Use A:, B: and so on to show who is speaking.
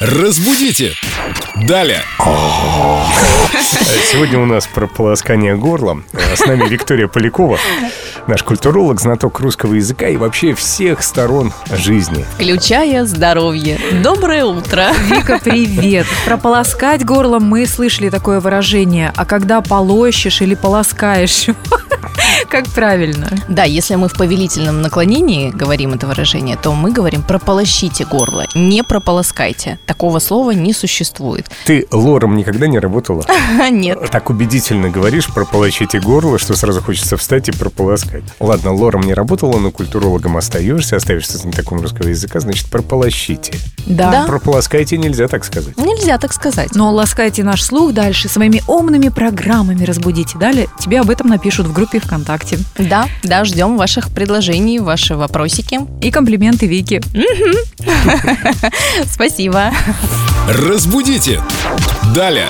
A: Разбудите! Далее!
B: Сегодня у нас про полоскание горла. Э, С нами Виктория Полякова, наш культуролог, знаток русского языка и вообще всех сторон жизни.
C: Включая здоровье. Доброе утро.
D: Вика, привет. Прополоскать горло мы слышали такое выражение. А когда полощешь или полоскаешь? Как правильно?
C: Да, если мы в повелительном наклонении говорим это выражение, то мы говорим прополощите горло, не прополоскайте. Такого слова не существует.
B: Ты лором никогда не работала?
C: Нет.
B: Так убедительно говоришь про полощите горло, что сразу хочется встать и прополоскать. Ладно, лором не работала, но культурологом остаешься, оставишься знатоком русского языка, значит прополощите.
C: Да. Ну.
B: Прополоскайте нельзя так сказать.
C: Нельзя так сказать.
D: Но ласкайте наш слух дальше своими умными программами разбудите. Далее тебе об этом напишут в группе ВКонтакте.
C: Да, да, ждем ваших предложений, ваши вопросики.
D: И комплименты Вики.
C: Спасибо.
A: Разбудите! Далее!